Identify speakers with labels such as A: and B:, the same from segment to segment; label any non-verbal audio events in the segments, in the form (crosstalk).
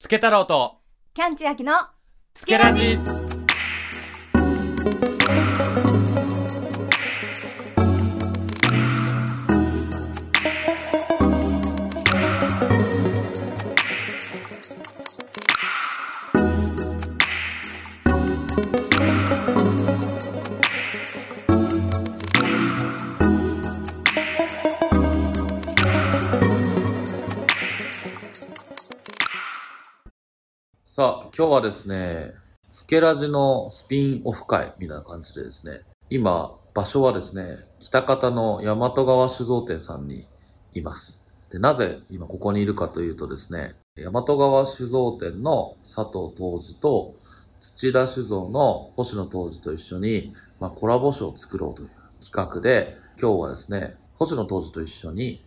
A: つけ太郎と、
B: キャンチュアキの
A: つ
B: けラジ。
C: さあ、今日はですね、スケラジのスピンオフ会みたいな感じでですね、今、場所はですね、北方の大和川酒造店さんにいます。で、なぜ今ここにいるかというとですね、大和川酒造店の佐藤当時と土田酒造の星野当時と一緒に、まあ、コラボ酒を作ろうという企画で、今日はですね、星野当時と一緒に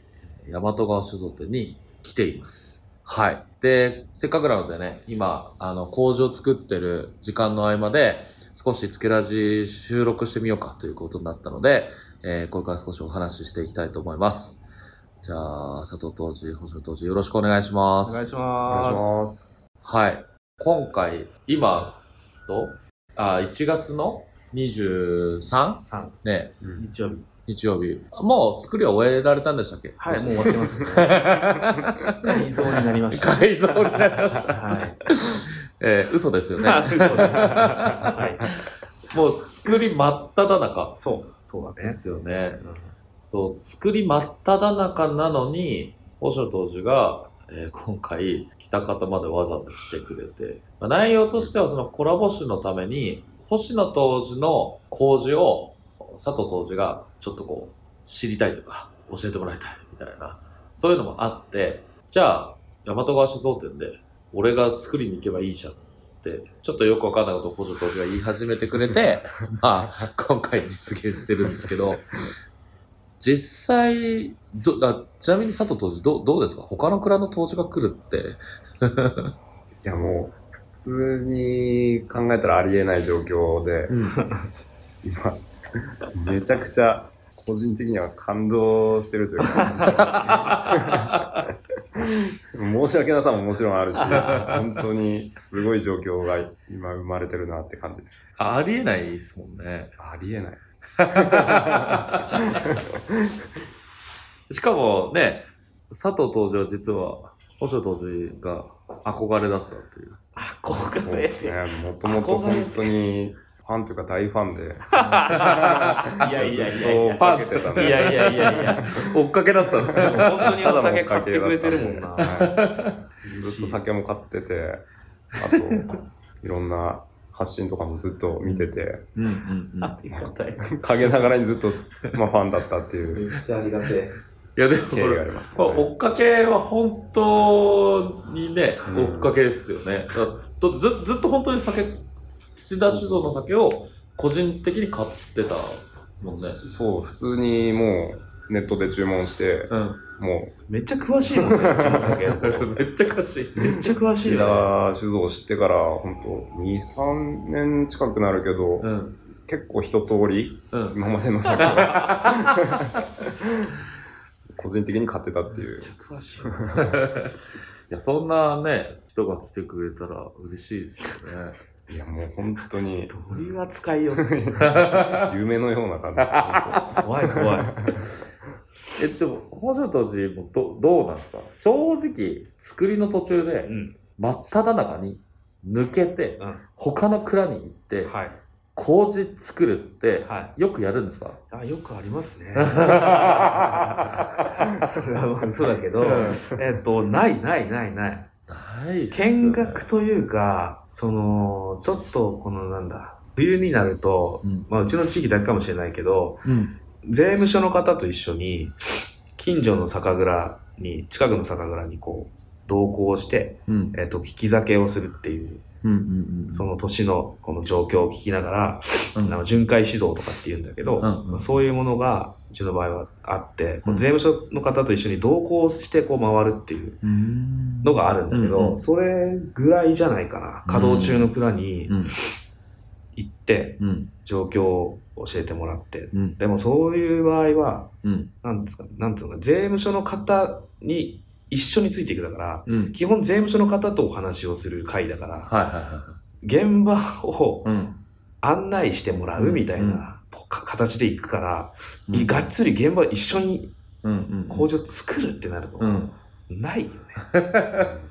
C: えー大和川酒造店に来ています。はい。で、せっかくなのでね、今、あの、工場作ってる時間の合間で、少しつけラジ収録してみようかということになったので、えーこれから少しお話ししていきたいと思います。じゃあ、佐藤当時、星野当時、よろしくお願いします。
D: お願いします。
C: はい。今回、今と、あ、1月の 23?
D: 三
C: ね、
D: 日曜日。
C: 日曜日。もう作りは終えられたんでしたっけ
D: はい、もう終わってます、 (laughs) ね。改造になりました。
C: 改造になりました。
D: はい。 (laughs)
C: えー嘘ですよね。
D: そうです。は
C: もう作り真っ只中
D: い。そう、そうだ
C: で
D: ね。
C: すよね。そう、作り真っ只中なのに、星野投手が、えー今回、北方までわざわざ来てくれて、まあ内容としてはそのコラボ種のために、星野投手の麹を、佐藤投手がちょっとこう、知りたいとか、教えてもらいたいみたいな、そういうのもあって、じゃあ、大和川酒造店で、俺が作りに行けばいいじゃんって、ちょっとよくわかんないことを星野投手が言い始めてくれて、まあ、今回実現してるんですけど、実際、どあちなみに佐藤当時どう、どうですか他の蔵の当時が来るって。
E: いやもう、普通に考えたらありえない状況で、 (laughs) 今、めちゃくちゃ個人的には感動してると
D: (laughs)
E: いうか、申し訳なさももちろんあるし、本当にすごい状況が今生まれてるなって感じです。
C: あありえないですもんね。
E: ありえない。
C: しかもね、佐藤当時は実は、星野当時が憧れだったっていう。
D: あ、こう
E: そうですね。
D: (laughs)
E: もともと本当にファンというか大ファンで、
D: いやいやいやい
E: (laughs) ずっと追っかけてたんで。
D: や。いやいやいやいや。
C: 追っかけだ (laughs) ったの。
D: 本当にお酒買
E: た
D: ってく
E: だの家系だ
D: れ
E: っ
D: て
E: たんで
D: るもんな。
E: はい (laughs) ずっと酒も買ってて、あと、いろんな発信とかもずっと見てて、
C: うんうんうん。
D: ありがたい。
E: 陰ながらにずっと、まあ、ファンだったっていう
D: めっちゃありがて
C: いやでもこ
E: 経緯があ
C: れ、
E: ります、
C: まあ追っかけは本当にね、
E: うん
C: 追っかけですよね。だだってずずっと本当に酒、土田酒造の酒を個人的に買ってたもんね。
E: そう、普通にもう、ネットで注文して、
C: うん。
E: も
D: めっちゃ詳しいもんね、うちの酒のこと
C: めっちゃ歌詞。
D: めっちゃ詳
E: う、
D: しい
E: 飯田
D: よ
E: 酒造を知ってから、本当2、3年近くなるけど、
C: うん。
E: 結構一通り、
C: うん。
E: 今までの酒
D: (laughs)
E: を個人的に買ってたっていう
D: ね。。詳しい。
C: いや、そんなね、人が来てくれたら嬉しいですよね。
E: いや、もう本
C: (laughs)
E: 当に、
D: どういう扱いよ。
E: 夢のような感じです、本当
D: 怖い怖い。
C: え、でも、本社当時もど、どうなんですか正直、作りの途中
D: う
C: で、
D: ん。
C: 真っ只中に抜けて、
D: うん
C: 他の蔵に行って、
D: はい。
C: 麹作るって、
D: は
C: よくやるんですか
D: あ、よくあります (laughs) ね。それはまあそうだけど、えっと、ないないないない。
C: ないっすよね
D: 見学というか、その、ちょっとこのなんだ、冬になると
C: う、ん。
D: まあうちの地域だけかもしれないけど、
C: うん。
D: 税務署の方と一緒に、近所の酒蔵に、近くの酒蔵にこう、同行して、
C: うん。
D: えっと、聞き酒をするっていう、
C: うん。うん。
D: その年のこの状況を聞きながら、
C: うん
D: あの巡回指導とかって言うんだけど、
C: うんうん
D: そういうものがうちの場合はあって、
C: う
D: こ
C: ん
D: の税務署の方と一緒に同行してこう回るっていう
C: うん。
D: のがあるんだけど、
C: うんうん
D: それぐらいじゃないかな。稼働中の蔵に
C: うん
D: 行って、
C: うん。
D: 状況を教えてもらって。
C: うん。
D: でもそういう場合は、
C: うん。
D: なんですか、なんつうのか、税務署の方に一緒についていくだから、
C: うん。
D: 基本税務署の方とお話をする会だから、
C: はいはいは
D: 現場を
C: い。うん。
D: 案内してもらうみたいな、
C: うん
D: ぽか形で行くから、
C: うん
D: がっつり現場一緒に
C: うんうん。
D: 工場作るってなると、
C: うん。
D: ないよね。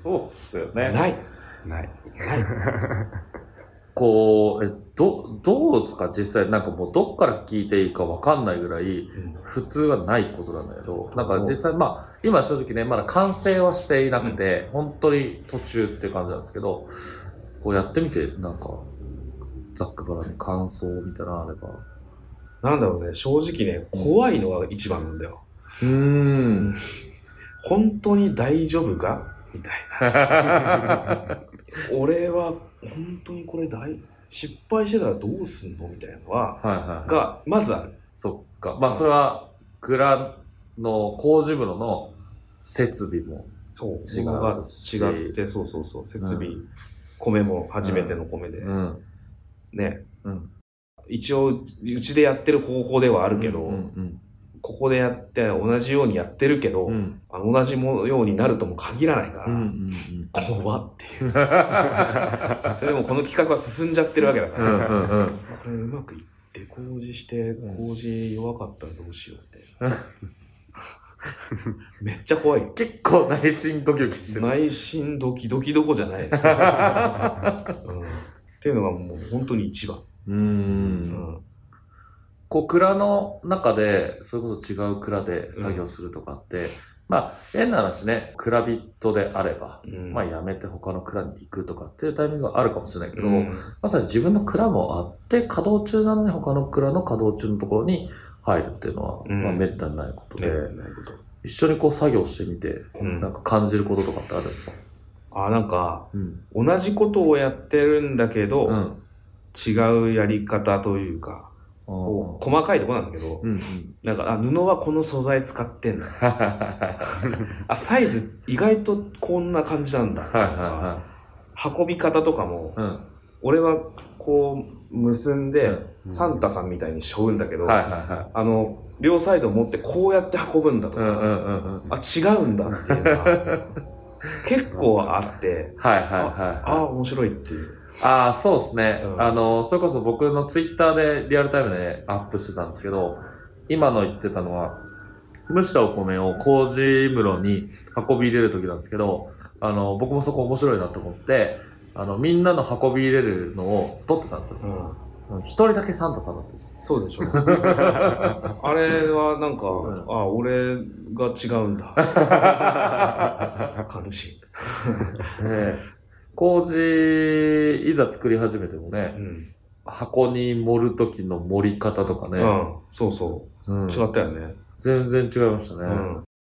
C: そうっすよね。
D: ない。
C: (laughs)
E: ない。
C: こう、え、ど、どうっすか実際なんかもうどっから聞いていいかわかんないぐらい、
D: うん
C: 普通はないことなんだけど、なんか実際まあ、今正直ね、まだ完成はしていなくて、本当に途中って感じなんですけど、こうやってみて、なんか、ざっくばらに感想みたいなのあれば。
D: なんだろうね、正直ね、怖いのが一番なんだよ。
C: うーん。
D: 本当に大丈夫かみたい
C: (laughs)
D: な。俺は本当にこれ大、失敗してたらどうすんのみたいなのは、
C: はいはい。が、
D: が、まずある。
C: そっか。まあそれは、蔵の工事部のの設備も。
D: そう、
C: 違う
D: ものが違って、そうそうそう、設備、
C: う
D: 米も初めての米で、
C: うん。
D: ね。
C: うん。
D: 一応、うちでやってる方法ではあるけど、
C: うんうん
D: ここでやって、同じようにやってるけど、
C: うん。うん。
D: あの同じものようになるとも限らないから、
C: うんうん
D: 怖って (laughs) いう。それでもこの企画は進んじゃってるわけだか
C: う
D: ら、
C: ん。うんうんうん。
D: これうまくいって工事して
C: うん
D: 工事弱かったらどうしよう
C: (laughs)
D: って、めっちゃ怖いよ
C: 結構内心ドキドキしてる。
D: 内心ドキドキどこじ
C: (laughs)
D: ゃない、うん、っていうのがもう本当に一番、
C: うー。
D: うん
C: こう蔵の中で、それこそ違う蔵で作業するとかって、まあ、変な話ね、蔵人であれば、
D: うん
C: まあ、やめて他の蔵に行くとかっていうタイミングがあるかもしれないけ
D: う
C: ど、
D: ん
C: まさに自分の蔵もあって、稼働中なのに他の蔵の稼働中のところに入るっていうのは、
D: うん
C: まあ、めったにないことで、
D: ねないこと
C: 一緒にこう作業してみて、
D: うん
C: なんか感じることとかってあるんですか
D: あなんか
C: うん。
D: 同じことをやってるんだけど、
C: うん。
D: 違うやり方というかこう細かいとこなんだけど、
C: うんうん。
D: なんかあ布はこの素材使っ
C: (laughs)
D: てんだあサイズ意外とこんな感じなんだとか、
C: はいはいは
D: 運び方とかも
C: い。うん。
D: 俺はこう結んで、
E: うん
D: サンタさんみたいに背負うんだけど、
C: はいはいは
D: あの両サイド持ってこうやって運ぶんだ
C: い。
D: と
C: う
D: か、
C: んうんうんうん。
D: あ違うんだっていう
C: (laughs)
D: のが結構あって
C: はいはいはい。
D: ああ面白いっていう
C: ああ、そうですね。
D: うん
C: あの、それこそ僕のツイッターでリアルタイムでアップしてたんですけど、今の言ってたのは、蒸したお米を麹室に運び入れる時なんですけど、あの、僕もそこ面白いなと思って、あの、みんなの運び入れるのを撮ってたんですよ。
D: うん
C: うん一人だけサンタさんだったんです。
D: そう
C: (laughs)
D: でしょあれはなんか、
C: うん
D: あ俺が違うん
C: (laughs)
D: だ感じ、
C: ねえ麹、いざ作り始めても
D: う
C: ね、
D: ん
C: 箱に盛る時の盛り方とか
D: う
C: ね、
D: ん、そうそ
C: うん
D: う違ったよね、
C: 全然違いましたね。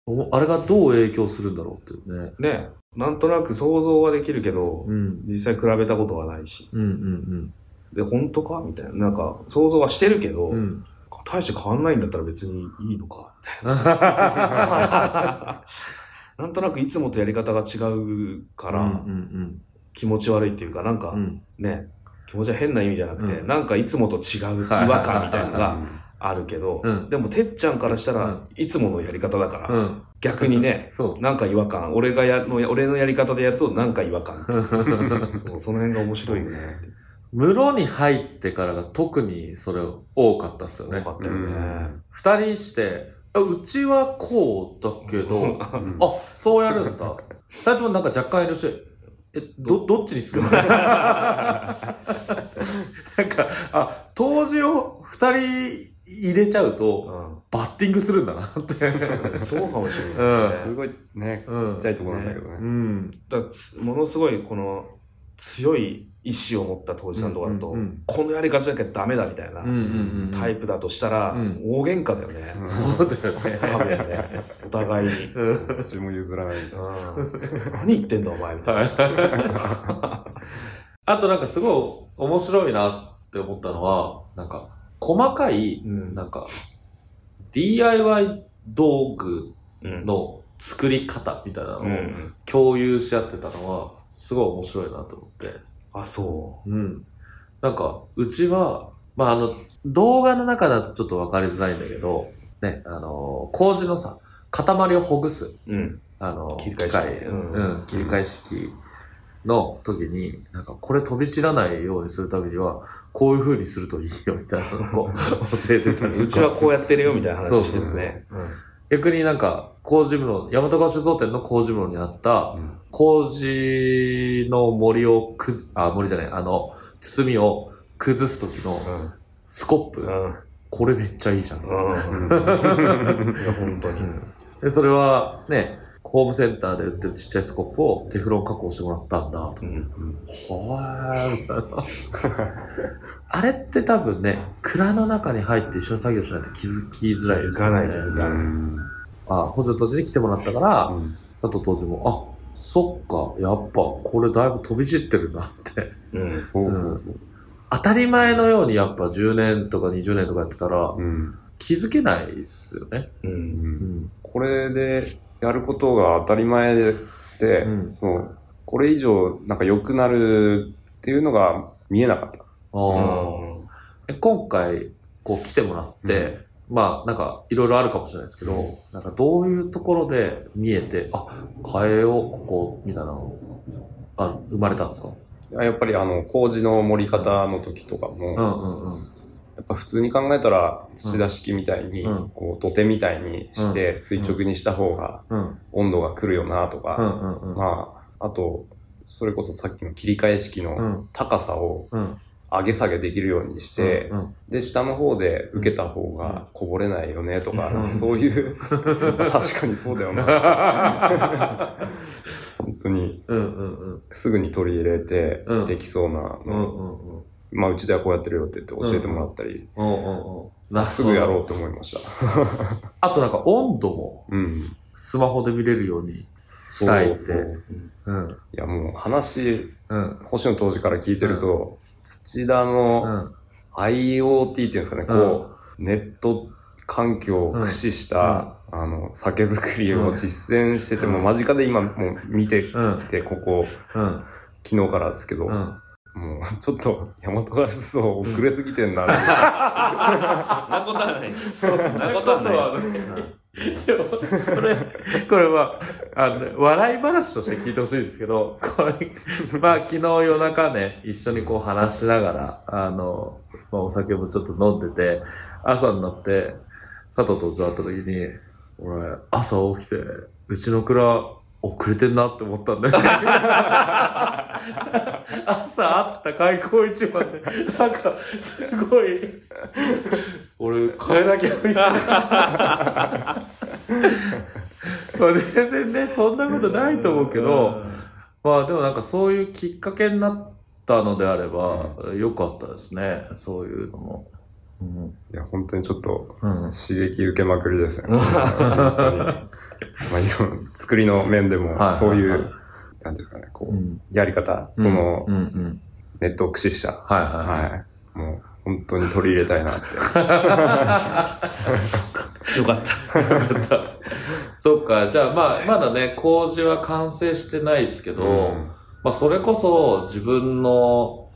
D: うん、
C: おあれがどう影響するんだろうっていうね。
D: ね、なんとなく想像はできるけど、
C: うん。
D: 実際比べたことはないし。
C: うんうん
D: で、本当かみたいな。なんか、想像はしてるけど、
C: うん。うん。
D: 大して変わんないんだったら別にいい
C: (laughs)
D: のか、みたいな。なんとなくいつもとやり方が違うから、
C: うん
D: 気持ち悪いっていうか、なんか、
C: うんうん。うん。
D: ね、気持ちは変な意味じゃなくて、
C: うん
D: なんかいつもと違う違和感みたいなのがあるけど、
C: うん
D: でも、てっちゃんからしたら、
C: うん
D: いつものやり方だから、
C: うん。
D: 逆にね、
C: そう。 (laughs)
D: なんか違和感。俺がやの、俺のやり方でやるとなんか違和感。そうその辺が面白いよねって。
C: 室に入ってからが特にそれ多かったっすよ
D: 多
C: ね
D: か。った
E: う
D: よね。
E: ん。
C: 二人して、あうちはこうだけ (laughs) ど、あ、
E: うん
C: そうやるんだ。最初もなんか若干いるし、え、ど、どっちにする (laughs) なんか、あ、当時を二人入れちゃうと、
D: う
C: バッティングするんだなって。
D: ん。そうかもしれない、ね。
E: すごいね、
C: うん
E: ちっちゃいとこなんだけど
C: う
E: ね。
C: ん。
D: だからつものすごいこの強い意志を持った当時さんとかだと、
C: うんうんうん
D: このやり方じゃなきゃダメだみたいな、
C: うんうんうん。
D: タイプだとしたら、
C: うん
D: 大喧嘩だよね。
E: うん
C: そうだよね。
D: 多分ね。お互いに。
C: うん
E: うちも譲らない。
D: うん、何言ってんだお前みたいな。
C: あとなんかすごい面白いなって思ったのは、なんか細かい、
D: うん
C: なんか DIY 道具
D: うん
C: の作り方みたいなの
D: う
C: を
D: ん。
C: 共有し合ってたのは、すごい面白いなと思って。
D: あ、そ
C: うん。なんか、うちは、まあ、あの、動画の中だとちょっとわかりづらいんだけど、ね、あの、麹のさ、塊をほぐす
D: う。うん。
C: あの、
D: 切り返し
C: 機械
D: うん
C: うん、切り返し機の時に、なんかこれ飛び散らないようにするためには、こういう風にするといいよみたいなの
D: (laughs)
C: をこう教えてたりとか
D: うちはこうやってるよみたいな話をしてですね。
C: 逆になんか、工事室、大和川酒造店の工事室にあった、麹の森をくず、あ、森じゃない、あの、包みを崩す時の
D: うん
C: スコップ、
D: うん
C: これめっちゃいいじゃん。
D: うんいや本当に。
C: で、それはね、ホームセンターで売ってるちっちゃいスコップをテフロン加工してもらったんだ、と。
D: うん
C: ほーみたいな。あれって多分ね、蔵の中に入って一緒に作業しないと気づきづらいですよね。
D: 気づかないです
E: う
D: ね
E: ん。
C: あ、補助当時に来てもらったから、佐藤当時も、あ、そっか、やっぱこれだいぶ飛び散ってるなって。
D: うん
E: そうそうそう。
C: 当たり前のようにやっぱ10年とか20年とかやってたら、
E: うん。
C: 気づけないっすよね。
D: う
E: うんん。
C: ん。
E: これでやることが当たり前で、
C: うん
E: その、これ以上なんか良くなるっていうのが見えなかった。
C: あ
D: う
C: ー
D: ん
C: え今回、こう来てもらって、まあ、なんか、いろいろあるかもしれないですけど、なんか、どういうところで見えて、あ、変えよう、ここ、みたいなの、あ、生まれたんですか
E: やっぱりあの、麹の盛り方の時とかも、
C: うんうんうん。
E: やっぱ普通に考えたら、土田式みたいに、
C: うん
E: こう、土手みたいにして垂直にした方が
C: うん。
E: 温度が来るよなと
C: う
E: か、
C: んうんうん。
E: まあ、あと、それこそさっきの切り替え式
C: う
E: の
C: ん。
E: 高さを
C: うん。
E: 上げ下げできるようにして、
C: うん。
E: で、下の方で受けた方がこぼれないよねとか、
C: うん
E: (laughs) そういう、確かにそうだよな。本当に、
C: うんうんうん。
E: すぐに取り入れて
C: うん
E: できそうな
C: うんうんうん
E: の、
C: うん。
E: まあ、うちではこうやってるよって言って教えてもらったり、
C: うんうんうん。な
E: すぐやろうと思いました。
C: あとなんか、温度も
E: うん。
C: スマホで見れるようにしたいって。
E: そうそうそう
C: うん。
E: いや、もう話、
C: うん。
E: 星野当時から聞いてると、土田の、
C: うん。
E: IoT っていうんですかね、こう、ネット環境を駆使した、あの、酒造りを実践してて、
C: うん
E: もう間近で今もう見て
C: うん。
E: て、ここ、
C: うん。
E: 昨日からですけど、
C: う
E: も
C: ん。
E: うちょっと、大和ガスを遅れすぎてんな
C: (laughs)
E: って。
D: そんなことはない。そんなことはない。
C: でも、これ、これは、あの、笑い話として聞いてほしいんですけど、これ、まあ昨日夜中ね、一緒にこう話しながら、あの、まあお酒もちょっと飲んでて、朝になって、佐藤と座った時に、俺、朝起きて、うちの蔵、遅れてんなって思ったんだ
D: (laughs)
C: よね。朝あった開口一番で、なんか、すごい、俺、変えなきゃみたいな。まあ全然ね、そんなことないと思うけど、まあでもなんかそういうきっかけになったのであれば、良かったですね、そういうのも。うん。
E: いや、本当にちょっと、
C: うん。
E: 刺激受けまくりですよ
C: (laughs)
E: ね。本当に。まあ、いろんな作りの面で
C: はい
E: も、そういう、
C: はい
E: なんていうんですかね、こ
C: う
E: う、
C: ん。
E: やり方、その
C: う、んうん。
E: ネットを駆使した、
C: はいはいはい。
E: はい。もう、本当に取り入れたいなって。
D: よかった。
C: そっか、じゃあまあ、まだね、麹は完成してないですけど、まあそれこそ自分の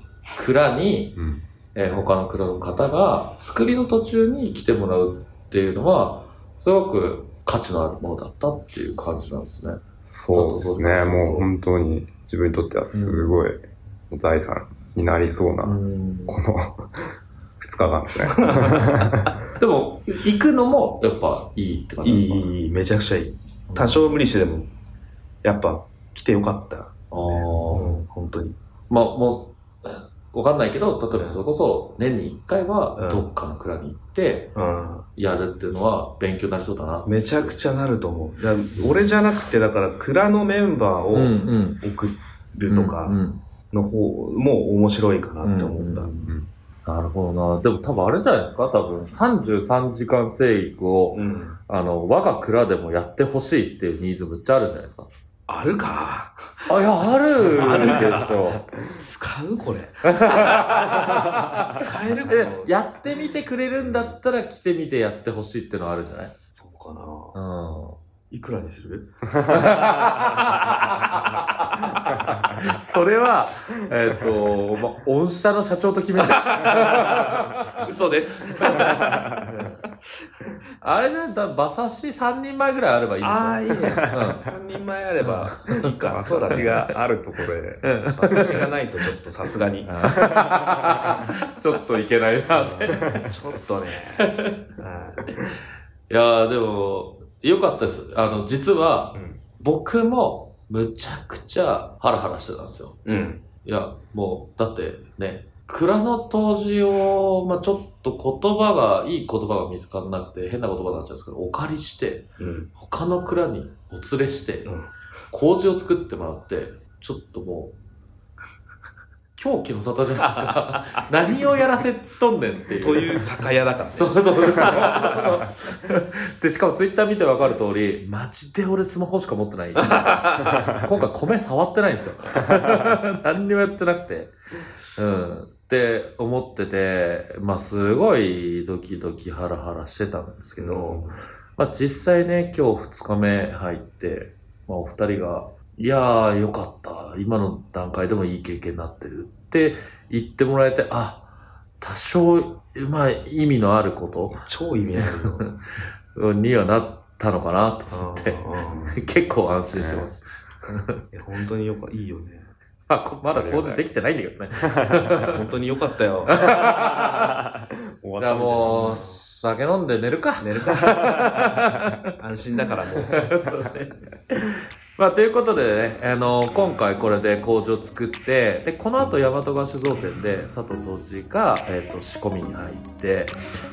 C: 蔵に、
E: うん。
C: えー他の蔵の方が作りの途中に来てもらうっていうのは、すごく価値のあるものだったっていう感じなんですね。
E: そうですね。
C: そうそうそう
E: もう本当に自分にとってはすごい財産になりそうな、
C: うん
E: この (laughs) 2日間ですね。
C: でも、行くのもやっぱいいって感
D: い
C: じ
D: い
C: ですか、
D: いい、いい、めちゃくちゃいい。多少無理してでも、やっぱ来てよかった。
C: あ
D: う
C: ー
D: ん本当に。
C: まあ、もう、えわかんないけど、例えばそれこそ年に1回
D: う
C: は
D: ん
C: どっかの蔵に行って
D: うん
C: やるっていうのは勉強になりそうだな。
D: めちゃくちゃなると思う。だ俺じゃなくて、だから、蔵のメンバー
C: うん
D: を
C: うん。
D: 送ると
C: うん
D: か
C: うん
D: の方も面白いかなって思った。
C: うんなるほどな。でも多分あれじゃないですか多分33時間生育を、
D: うん
C: あの、我が蔵でもやってほしいっていうニーズむっちゃあるじゃないですか。
D: あるか
C: あ、いや、ある
D: ある
C: でしょ。
D: 使うこれ。使える
C: え
D: かな
C: やってみてくれるんだったら来てみてやってほしいってのはあるじゃない
D: そうかな。
C: うん。
D: いくらにする
C: それは、えっ、と、ま、御社の社長と決めてる。
D: 嘘です。
C: (laughs) あれじゃないだ馬刺し3人前ぐらいあればいいでしょ
D: ああ、いいね。3人前あればいいか。そうだ
E: 私
D: ね。
E: があるところで、
D: 馬刺しがないとちょっとさすがに。ちょ
C: ちょっといけないなって。い
D: っとね。はい
C: (laughs) やーでも、よかったです。あの、実は、
D: うん
C: 僕も、むちゃくちゃハラハラしてたんですよ。
D: うん。
C: いや、もう、だってね、蔵の当時を、まあちょっと言葉が、いい言葉が見つからなくて、変な言葉になっちゃうんですけど、お借りして、
D: うん。
C: 他の蔵にお連れして
D: う、ん。
C: 麹を作ってもらって、ちょっともう、狂気の沙汰じゃないです
D: (laughs)
C: か。何をやらせとんねんっていう。
D: という酒屋だからね。
C: そうそうそう。で、しかもツイッター見てわかる通り、マジで俺スマホしか持ってない。今回米触ってないんですよ。 (laughs) 何にもやってなくて。うん。って思ってて、まあすごいドキドキハラハラしてたんですけど、まあ実際ね、今日2日目入って、まあお二人が、いやーよかった。今の段階でもいい経験になってるって言ってもらえて、あ、多少、まあ意味のあること
D: 超意味あるよ。
C: にはなったのかなと。
D: うんうん
C: 結構安心してます。
D: いや本当によかいいよね。
C: まあ、こまだ工事できてないんだけどね。だか
D: 本当によかったよ。
E: 終わったみたい
C: ら
E: な
C: もう、酒飲んで寝るか。
D: 寝るか。
E: (laughs)
D: 安心だからも
C: (laughs)
D: う。
C: まあ、ということでね、あの、今回これで工場作って、で、この後、大和川酒造店で、佐藤当時が、えっ、と、仕込みに入って、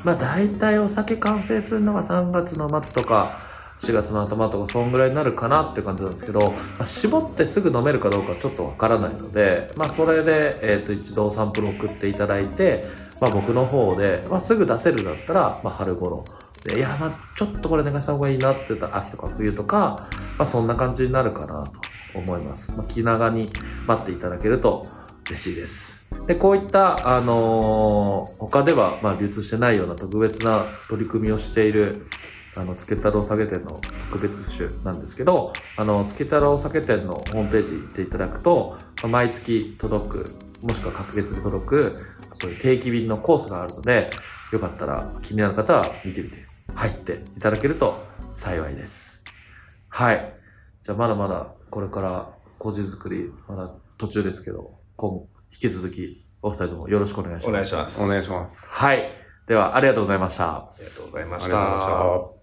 C: まあ、大体お酒完成するのが3月の末とか、4月の頭とか、そんぐらいになるかなって感じなんですけど、まあ、絞ってすぐ飲めるかどうかちょっとわからないので、まあ、それで、えっ、と、一度サンプル送っていただいて、まあ、僕の方で、まあ、すぐ出せるだったら、まあ、春頃、でいや、まあ、ちょっとこれ寝かした方がいいなって言ったら秋とか冬とか、まあ、そんな感じになるかなと思います。まあ、気長に待っていただけると嬉しいです。で、こういった、あのー他では、まあ、流通してないような特別な取り組みをしている、あの、つけ太郎酒店の特別種なんですけど、あの、つけ太郎酒店のホームページ行っていただくと、まあ毎月届く、もしくは隔月で届く、そういう定期便のコースがあるので、よかったら気になる方は見てみて、入っていただけると幸いです。はい。じゃあまだまだこれから麹作り、まだ途中ですけど、今、引き続きお二人ともよろしくお願いします。
D: お願いします。
E: お願いし
D: す。
E: ます。
C: はい。では、ありがとうございました。
D: ありがとうござい
E: あ
D: ま
E: りが
D: し
E: とうございま
D: た
E: し。た。